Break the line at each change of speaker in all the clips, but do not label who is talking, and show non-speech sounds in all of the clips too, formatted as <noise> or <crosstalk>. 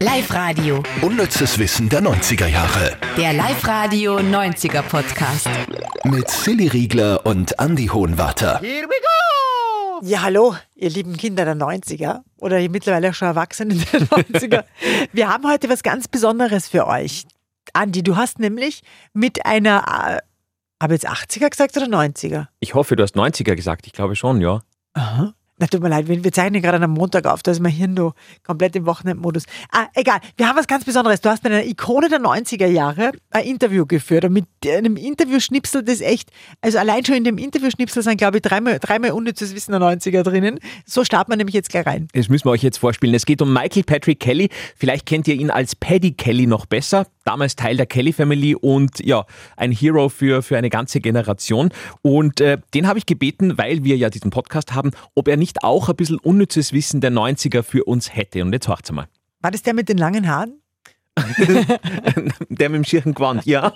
Live-Radio.
Unnützes Wissen der 90er Jahre.
Der Live-Radio 90er Podcast.
Mit Silly Riegler und Andy Hohenwarter.
Ja, hallo, ihr lieben Kinder der 90er oder ihr mittlerweile schon Erwachsenen der <laughs> 90er. Wir haben heute was ganz Besonderes für euch. Andi, du hast nämlich mit einer, äh, habe ich jetzt 80er gesagt oder 90er?
Ich hoffe, du hast 90er gesagt. Ich glaube schon, ja.
Na, tut mir leid, wir wir zeichnen gerade am Montag auf, da ist mein Hirn noch komplett im Wochenendmodus. Ah, egal, wir haben was ganz Besonderes. Du hast mit einer Ikone der 90er Jahre ein Interview geführt und mit einem Interviewschnipsel, das echt, also allein schon in dem Interviewschnipsel sind, glaube ich, dreimal, dreimal unnützes Wissen der 90er drinnen. So starten wir nämlich jetzt gleich rein.
Das müssen wir euch jetzt vorspielen. Es geht um Michael Patrick Kelly. Vielleicht kennt ihr ihn als Paddy Kelly noch besser. Damals Teil der Kelly Family und ja, ein Hero für, für eine ganze Generation. Und äh, den habe ich gebeten, weil wir ja diesen Podcast haben, ob er nicht auch ein bisschen unnützes Wissen der 90er für uns hätte. Und jetzt hört's mal. <laughs>
War das der mit den langen Haaren?
Der mit dem schieren Gewand, ja.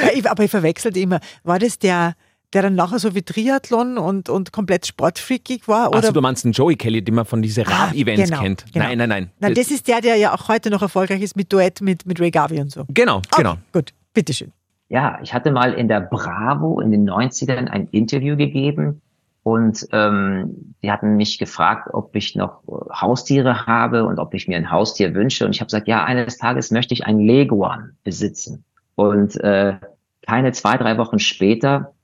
Ja, ich, aber ich verwechselte immer. War das der, der dann nachher so wie Triathlon und, und komplett sportfreakig war? Oder?
Also du meinst den Joey Kelly, den man von diesen
Ah,
Rab-Events
genau,
kennt.
genau.
Nein, nein, nein.
Nein, das ist der, der ja auch heute noch erfolgreich ist mit Duett mit, mit Ray Gavi und so.
genau, genau.
Okay, gut, bitteschön.
Ja, ich hatte mal in der Bravo in den 90ern ein Interview gegeben und ähm, die hatten mich gefragt, ob ich noch äh, Haustiere habe und ob ich mir ein Haustier wünsche. Und ich habe gesagt, ja, eines Tages möchte ich einen Leguan besitzen. Und äh, keine zwei, drei Wochen später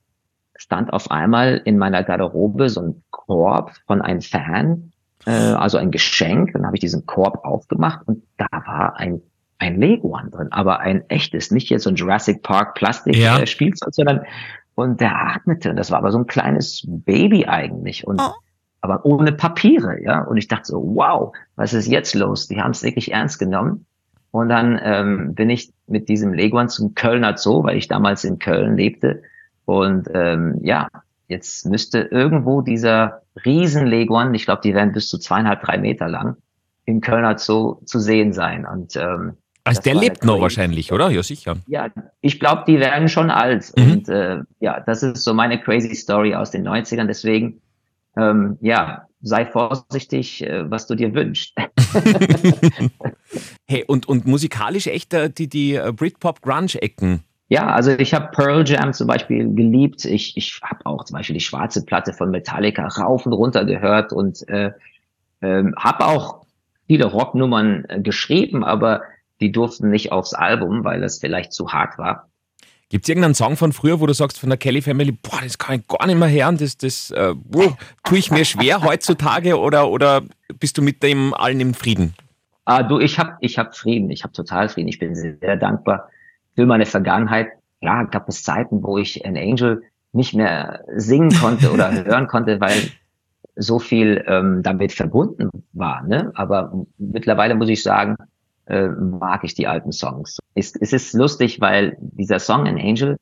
stand auf einmal in meiner Garderobe so ein Korb von einem Fan, äh, also ein Geschenk. Dann habe ich diesen Korb aufgemacht und da war ein ein Leguan drin, aber ein echtes, nicht jetzt so ein Jurassic Park
Ja.
Plastik-Spielzeug, äh, Spielzeug, sondern und der atmete. Und das war aber so ein kleines Baby eigentlich und
Oh.
aber ohne Papiere, ja. Und ich dachte so, wow, was ist jetzt los? Die haben es wirklich ernst genommen. Und dann ähm, bin ich mit diesem Leguan zum Kölner Zoo, weil ich damals in Köln lebte. Und ähm, ja, jetzt müsste irgendwo dieser Riesen-Leguan, ich glaube, die werden bis zu zweieinhalb, drei Meter lang, im Kölner Zoo zu sehen sein. Und ähm,
Also
Das
der
war
lebt
der
noch
Kelly.
wahrscheinlich, oder? Ja, sicher.
ja, ich glaube, die werden schon alt.
Mhm.
Und äh, ja, das ist so meine crazy Story aus den 90ern. Deswegen, ähm, ja, sei vorsichtig, äh, was du dir wünschst.
Hey, und, und musikalisch echt äh, die, die äh, Britpop-Grunge-Ecken.
Ja, also ich habe Pearl Jam zum Beispiel geliebt. Ich, ich habe auch zum Beispiel die schwarze Platte von Metallica rauf und runter gehört und äh, ähm, habe auch viele Rocknummern äh, geschrieben, aber die durften nicht aufs Album, weil das vielleicht zu hart war.
Gibt es irgendeinen Song von früher, wo du sagst von der Kelly Family, boah, das kann ich gar nicht mehr hören, das, das äh, wuh, tue ich
<laughs>
mir schwer heutzutage oder, oder bist du mit dem allen im Frieden?
Ah, du, ich hab, ich hab Frieden, ich hab total Frieden. Ich bin sehr, sehr dankbar für meine Vergangenheit. Ja, gab es Zeiten, wo ich an Angel nicht mehr singen konnte oder hören konnte, weil so viel ähm, damit verbunden war. Ne? Aber m- mittlerweile muss ich sagen, äh, mag ich die alten Songs. Es, es ist lustig, weil dieser Song an Angel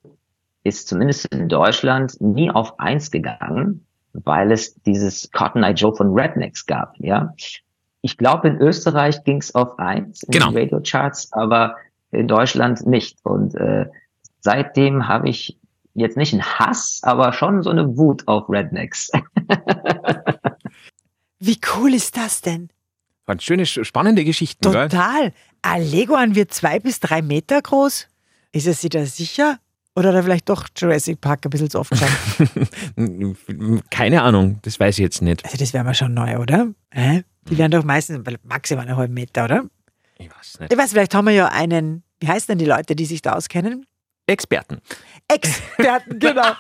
ist zumindest in Deutschland nie auf eins gegangen, weil es dieses Cotton Eye Joe von Rednecks gab. Ja, ich glaube in Österreich ging es auf eins in
Genau.
den Radiocharts, aber in Deutschland nicht. Und äh, seitdem habe ich jetzt nicht einen Hass, aber schon so eine Wut auf Rednecks.
Wie cool ist das denn?
Waren schöne, sch- spannende Geschichten, gell?
Total. Ein Leguan wird zwei bis drei Meter groß. Ist er sich da sicher? Oder hat er vielleicht doch Jurassic Park ein bisschen zu oft geschaut?
<laughs> <laughs> Keine Ahnung, das weiß ich jetzt nicht.
Also das wäre mal schon neu, oder? Hä? Die wären doch meistens maximal einen halben Meter, oder?
Ich weiß nicht.
Ich weiß, vielleicht haben wir ja einen, wie heißen denn die Leute, die sich da auskennen?
Experten.
Experten,
<laughs>
genau.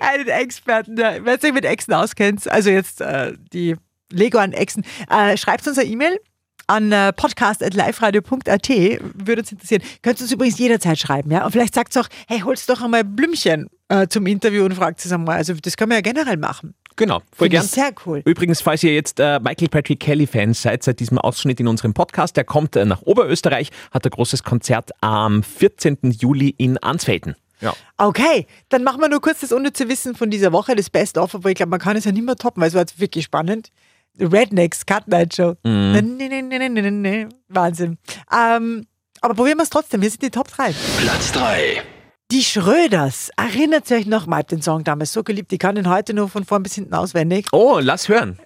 einen Experten, der, wenn du dich mit Echsen auskennst, also jetzt äh, die Lego an Echsen, äh, schreibt uns eine E-Mail an äh, podcast.liferadio.at, würde uns interessieren. Könnt ihr uns übrigens jederzeit schreiben, ja? Und vielleicht sagt auch, hey, holst doch einmal Blümchen äh, zum Interview und fragt es einmal. Also das können wir ja generell machen.
Genau, voll
Finde ich
gern.
sehr cool.
Übrigens, falls ihr jetzt äh, Michael Patrick Kelly-Fans seid, seit diesem Ausschnitt in unserem Podcast, der kommt äh, nach Oberösterreich, hat ein großes Konzert am 14. Juli in Ansfelden. Ja.
Okay, dann machen wir nur kurz das unnütze Wissen von dieser Woche, das Best-of, aber ich glaube, man kann es ja nicht mehr toppen, weil es war jetzt wirklich spannend. Rednecks, Cut Night Show. Nee, nee, nee, nee, nee, nee. Wahnsinn. Ähm, aber probieren wir es trotzdem, hier sind die Top 3.
Platz 3.
Die Schröders, erinnert ihr euch noch mal, hab den Song damals so geliebt, ich kann ihn heute nur von vorn bis hinten auswendig.
Oh, lass hören.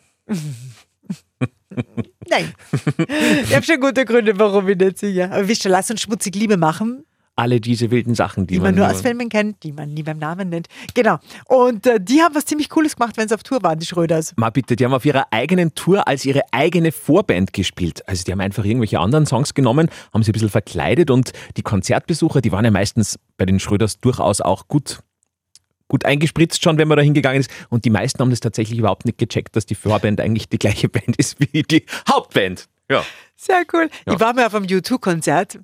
Nein, Ich habe schon gute Gründe, warum ich nicht singe. Aber wisst ihr, lasst uns schmutzig Liebe machen,
Alle diese wilden Sachen, die,
die man nur aus Filmen kennt, die man nie beim Namen nennt. Genau. Und äh, die haben was ziemlich Cooles gemacht, wenn sie auf Tour waren, die Schröders.
Mal bitte, die haben auf ihrer eigenen Tour als ihre eigene Vorband gespielt. Also die haben einfach irgendwelche anderen Songs genommen, haben sie ein bisschen verkleidet und die Konzertbesucher, die waren ja meistens bei den Schröders durchaus auch gut, gut eingespritzt schon, wenn man da hingegangen ist. Und die meisten haben das tatsächlich überhaupt nicht gecheckt, dass die Vorband eigentlich die gleiche <laughs> Band ist wie die Hauptband. Ja.
Sehr cool.
Ja.
Ich war mal auf einem U2-Konzert.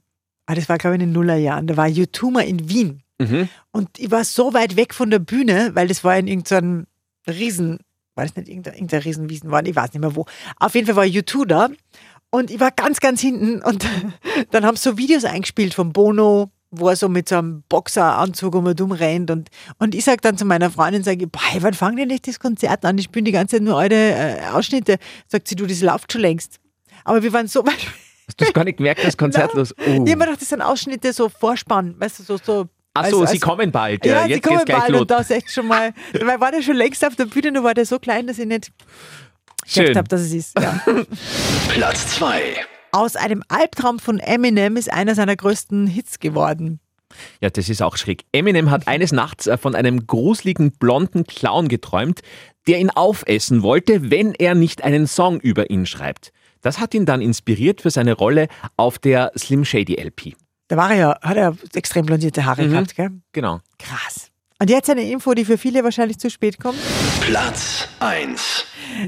Ah, das war, glaube ich, in den Nullerjahren. Da war U2 mal in Wien.
Mhm.
Und ich war so weit weg von der Bühne, weil das war in irgendeinem Riesen, weiß nicht, irgendeiner irgendein Riesenwiesen waren, ich weiß nicht mehr wo. Auf jeden Fall war U2 da und ich war ganz, ganz hinten und <laughs> dann haben sie so Videos eingespielt von Bono, wo er so mit so einem Boxeranzug um und um rennt und, und ich sag dann zu meiner Freundin, sage ich, "Boah, hey, wann fangen denn nicht das Konzert an? Ich bin die ganze Zeit nur eure äh, Ausschnitte. Sagt sie, du, das läuft schon längst. Aber wir waren so weit.
Hast du es gar nicht gemerkt, das Konzert los? Oh.
<laughs> Ich hab mir gedacht, das sind Ausschnitte, so Vorspann, weißt du, so, so
Achso,
als-
sie
also als-
kommen bald.
ja,
Ja,
sie
jetzt
kommen
geht's gleich
bald
los.
und da ist echt schon
<laughs>
mal. Weil war der schon längst auf der Bühne, nur war der so klein, dass ich nicht gecheckt
Schön.
habe, dass es ist. Ja.
<laughs> Platz 2.
Aus einem Albtraum von Eminem ist einer seiner größten Hits geworden.
Ja, das ist auch schräg. Eminem hat eines Nachts äh, von einem gruseligen blonden Clown geträumt, der ihn aufessen wollte, wenn er nicht einen Song über ihn schreibt. Das hat ihn dann inspiriert für seine Rolle auf der Slim Shady LP.
Da war er ja, hat er ja extrem blondierte Haare
Mhm.
gehabt, gell?
Genau.
Krass. Und jetzt eine Info, die für viele wahrscheinlich zu spät kommt.
Platz 1.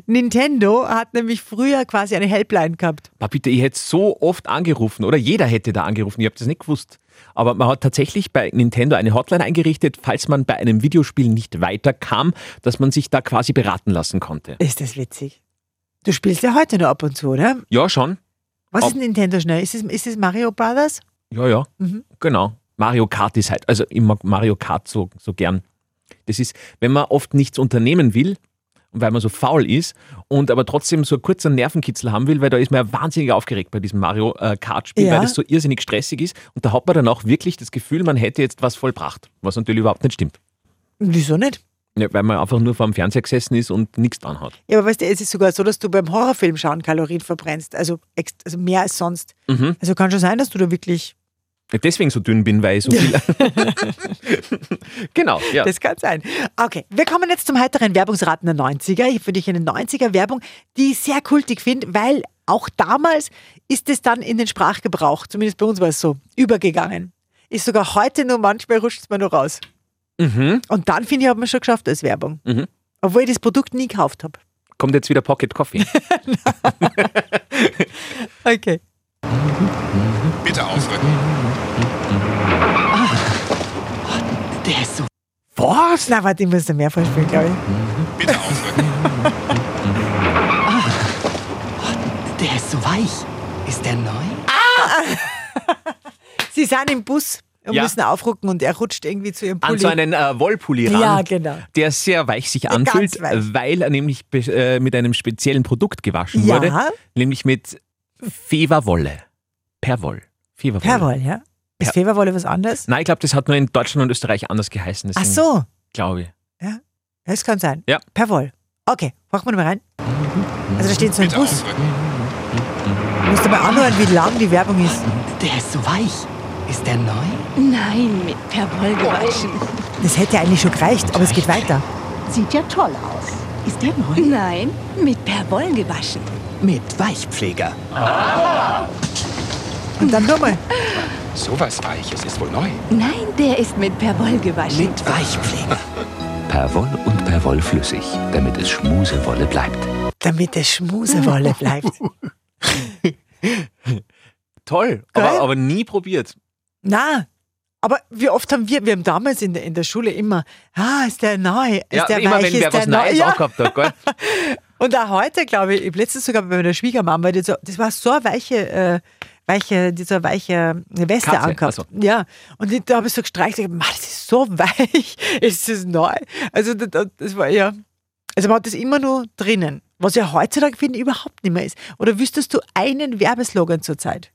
Nintendo hat nämlich früher quasi eine Helpline gehabt.
Papita, ihr hättet so oft angerufen oder jeder hätte da angerufen, ihr habt das nicht gewusst. Aber man hat tatsächlich bei Nintendo eine Hotline eingerichtet, falls man bei einem Videospiel nicht weiterkam, dass man sich da quasi beraten lassen konnte.
Ist das witzig? Du spielst ja heute nur ab und zu, oder?
Ja, schon.
Was
Ab-
ist Nintendo schnell? Ist es, ist es Mario Brothers?
Ja, ja.
Mhm.
Genau. Mario Kart ist halt, also ich mag Mario Kart so, so gern. Das ist, wenn man oft nichts unternehmen will und weil man so faul ist und aber trotzdem so kurz einen Nervenkitzel haben will, weil da ist man ja wahnsinnig aufgeregt bei diesem Mario äh, Kart-Spiel,
Ja.
weil das so irrsinnig stressig ist und da hat man dann auch wirklich das Gefühl, man hätte jetzt was vollbracht, was natürlich überhaupt nicht stimmt.
Wieso nicht?
Ja, weil man einfach nur vor dem Fernseher gesessen ist und nichts dran hat.
Ja, aber weißt du, es ist sogar so, dass du beim Horrorfilm schauen Kalorien verbrennst. Also, ex- also mehr als sonst.
Mhm.
Also kann schon sein, dass du da wirklich.
Deswegen so dünn
<laughs>
bin, weil ich so viel. <laughs> genau, ja.
Das kann sein. Okay, wir kommen jetzt zum heiteren Werbungsraten der 90er. Ich finde ich eine 90er-Werbung, die ich sehr kultig finde, weil auch damals ist es dann in den Sprachgebrauch, zumindest bei uns war es so, übergegangen. Ist sogar heute nur manchmal rutscht es mir nur raus.
mhm.
Und dann finde ich, hat man schon geschafft als Werbung.
Mhm.
Obwohl ich das Produkt nie gekauft habe.
Kommt jetzt wieder Pocket Coffee.
Okay.
Bitte aufrücken.
Ah, Der ist so. Was? Na, warte, ich muss da mehr vorspielen, glaube ich.
Bitte aufrücken.
Der ist so weich. Ist der neu?
Sie sind im Bus und
Ja.
müssen aufrücken und er rutscht irgendwie zu ihrem Pulli.
An so einen äh, Wollpulli ran.
ja, genau.
der sehr weich sich
Ganz
anfühlt,
weich.
weil er nämlich be- äh, mit einem speziellen Produkt gewaschen
Ja.
wurde, nämlich mit Feverwolle. Perwoll. Feverwolle.
Perwoll, ja? Ist Feberwolle was anderes?
Nein, ich glaube, das hat nur in Deutschland und Österreich anders geheißen.
Ach so,
Glaube ich.
das kann sein.
Ja.
Perwoll. Okay, machen wir mal rein. Also da steht so ein
Bitte
Bus.
aufrücken.
Musst du mal anhören, wie lang die Werbung ist.
Der ist so weich. Ist der neu?
Nein, mit Perwoll gewaschen.
Das hätte eigentlich schon gereicht, aber es geht weiter.
Sieht ja toll aus. Ist der neu?
Nein, mit Perwoll gewaschen.
Mit Weichpfleger.
Und dann nochmal.
Sowas Weiches ist wohl neu.
Nein, der ist mit Perwoll gewaschen.
Mit Weichpfleger.
Per Woll und per Woll flüssig, damit es Schmusewolle bleibt.
Damit der <laughs> Schmusewolle bleibt.
Toll,
Geil.
aber, aber nie probiert.
Na, aber wie oft haben wir, wir haben damals in der, in der Schule immer, ah, ist der neu, ist
Ja,
der
immer
weich,
wenn
ist
wer
der
was
neu.
Neues
Ja.
auch gehabt
<laughs>
hat, gell?
Und auch heute, glaube ich, ich hab letztens sogar bei meiner Schwiegermama, die so, das war so eine weiche, äh, weiche, die so eine weiche Weste
Katze,
angehabt.
also.
Ja. Und die, da habe ich so gestreichelt, ich hab, "Ma, das ist so <laughs> weich, es ist neu. Also da- da- das war ja, also man hat das immer nur drinnen, was ja heutzutage finde ich überhaupt nicht mehr ist. Oder wüsstest du einen Werbeslogan zurzeit?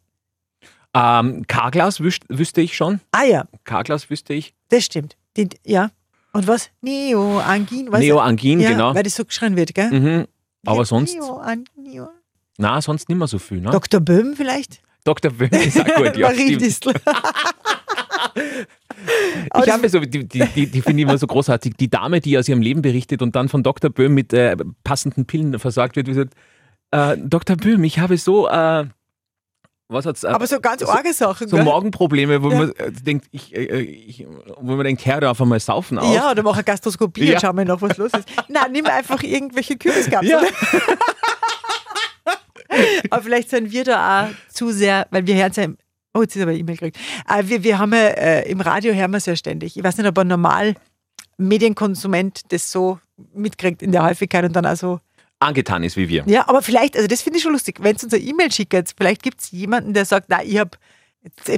Ähm, Karglas wüsst, wüsste ich schon.
Ah ja,
Karglas wüsste ich.
das stimmt. Die, ja. Und was? Neo, Angin, was?
Neoangin,
ja,
genau.
Weil das so geschrien wird, gell?
Mhm. Aber sonst,
Neo, Angin, Neo.
Na, sonst nicht mehr so viel, ne?
Dr. Böhm vielleicht?
Dr. Böhm ist auch
<laughs>
<laughs> gut, ja,
Marie
stimmt. <laughs>
Distel.
Ich
Also
habe so, die, die, die, die finde ich immer so großartig. Die Dame, die aus ihrem Leben berichtet und dann von Dr. Böhm mit äh, passenden Pillen versorgt wird, wie gesagt, äh, Dr. Böhm, ich habe so, äh, was hat's? Äh,
Aber so ganz
so-
arge Sachen,
so
gell?
Morgenprobleme, wo
Ja.
man äh, denkt, ich, äh, ich, wo man denkt, Herr, darf man mal saufen auf.
Ja, oder mach eine Gastroskopie
Ja.
und schau mal noch, was
<laughs>
los ist. Nein, nimm einfach irgendwelche Kürbisgabeln.
Ja.
<laughs> Aber vielleicht sind wir da auch zu sehr, weil wir hören ja im- Oh, jetzt ist aber E-Mail gekriegt. Äh, wir, wir haben ja, äh, im Radio hören wir es ja ständig. Ich weiß nicht, ob ein normal Medienkonsument das so mitkriegt in der Häufigkeit und dann also.
Angetan ist wie wir.
Ja, aber vielleicht, also das finde ich schon lustig, wenn es uns eine E-Mail schickt, vielleicht gibt es jemanden, der sagt, na, ich habe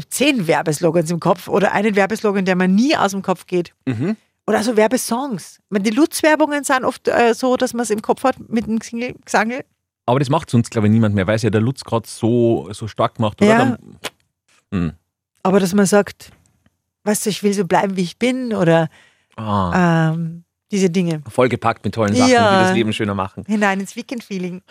zehn Werbeslogans im Kopf oder einen Werbeslogan, der mir nie aus dem Kopf geht.
Mhm.
Oder so Werbesongs. Ich meine, die Lutz-Werbungen sind oft äh, so, dass man es im Kopf hat mit dem Single Gesangel.
Aber das macht sonst, glaube ich, niemand mehr, weil es ja der Lutz gerade so, so stark macht. Oder?
Ja.
Dann, hm.
Aber dass man sagt, weißt du, ich will so bleiben, wie ich bin oder
ah,
ähm, diese Dinge.
vollgepackt mit tollen Sachen,
Ja.
die das Leben schöner machen. Ah,
Hinein ins Weekend-Feeling.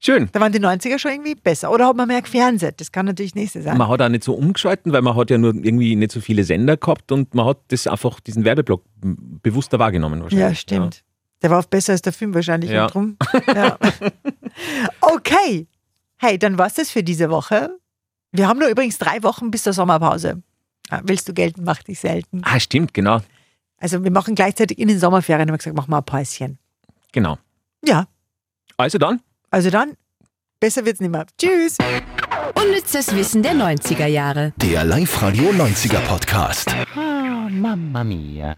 Schön.
Da waren die 90er schon irgendwie besser. Oder hat man mehr gefernseht? Das kann natürlich nächste sein.
Man hat auch nicht so umgeschalten, weil man hat ja nur irgendwie nicht so viele Sender gehabt und man hat das einfach, diesen Werbeblock m, bewusster wahrgenommen wahrscheinlich.
Ja, stimmt. Der war oft besser als der Film wahrscheinlich.
Ja.
Und
<laughs>
drum. Ja. Okay. Hey, dann war's das für diese Woche. Wir haben nur übrigens drei Wochen bis zur Sommerpause. Ah, Willst du gelten, mach dich selten.
Ah, stimmt, genau.
Also wir machen gleichzeitig in den Sommerferien, haben wir gesagt, machen wir ein Päuschen.
genau.
Ja,
Also dann,
also dann, besser wird's nicht mehr. Tschüss.
Unnützes Wissen der 90er Jahre.
Der Live-Radio 90er Podcast.
Ah, Mamma mia.